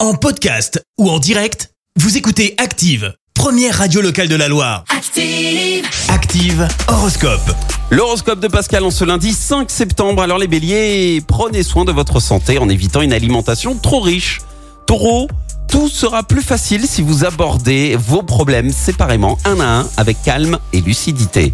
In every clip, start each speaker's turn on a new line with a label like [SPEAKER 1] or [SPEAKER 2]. [SPEAKER 1] En podcast ou en direct, vous écoutez Active, première radio locale de la Loire.
[SPEAKER 2] Active.
[SPEAKER 1] Active Horoscope.
[SPEAKER 3] L'horoscope de Pascal en ce lundi 5 septembre. Alors les béliers, prenez soin de votre santé en évitant une alimentation trop riche. Taureau, tout sera plus facile si vous abordez vos problèmes séparément, un à un, avec calme et lucidité.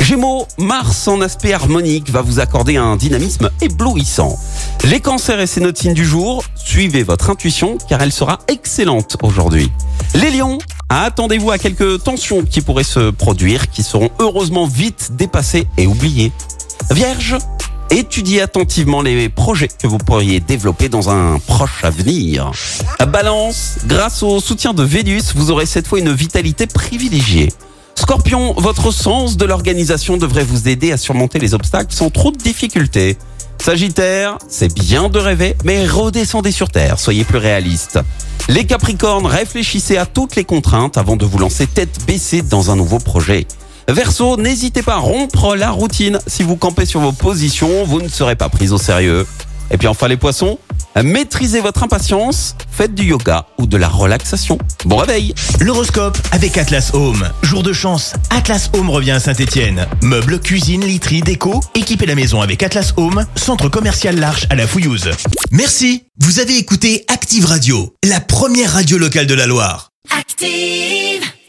[SPEAKER 3] Gémeaux, Mars en aspect harmonique va vous accorder un dynamisme éblouissant. Les cancers et c'est notre signe du jour, suivez votre intuition car elle sera excellente aujourd'hui. Les lions, attendez-vous à quelques tensions qui pourraient se produire, qui seront heureusement vite dépassées et oubliées. Vierge, étudiez attentivement les projets que vous pourriez développer dans un proche avenir. Balance, grâce au soutien de Vénus, vous aurez cette fois une vitalité privilégiée. Scorpion, votre sens de l'organisation devrait vous aider à surmonter les obstacles sans trop de difficultés. Sagittaire, c'est bien de rêver, mais redescendez sur Terre, soyez plus réaliste. Les Capricornes, réfléchissez à toutes les contraintes avant de vous lancer tête baissée dans un nouveau projet. Verseau, n'hésitez pas à rompre la routine. Si vous campez sur vos positions, vous ne serez pas pris au sérieux. Et puis enfin les poissons, maîtrisez votre impatience, faites du yoga ou de la relaxation. Bon réveil
[SPEAKER 1] L'horoscope avec Atlas Home. Jour de chance, Atlas Home revient à Saint-Etienne. Meubles, cuisine, literie, déco, équipez la maison avec Atlas Home, centre commercial L'Arche à la Fouillouse. Merci, vous avez écouté Active Radio, la première radio locale de la Loire.
[SPEAKER 2] Active.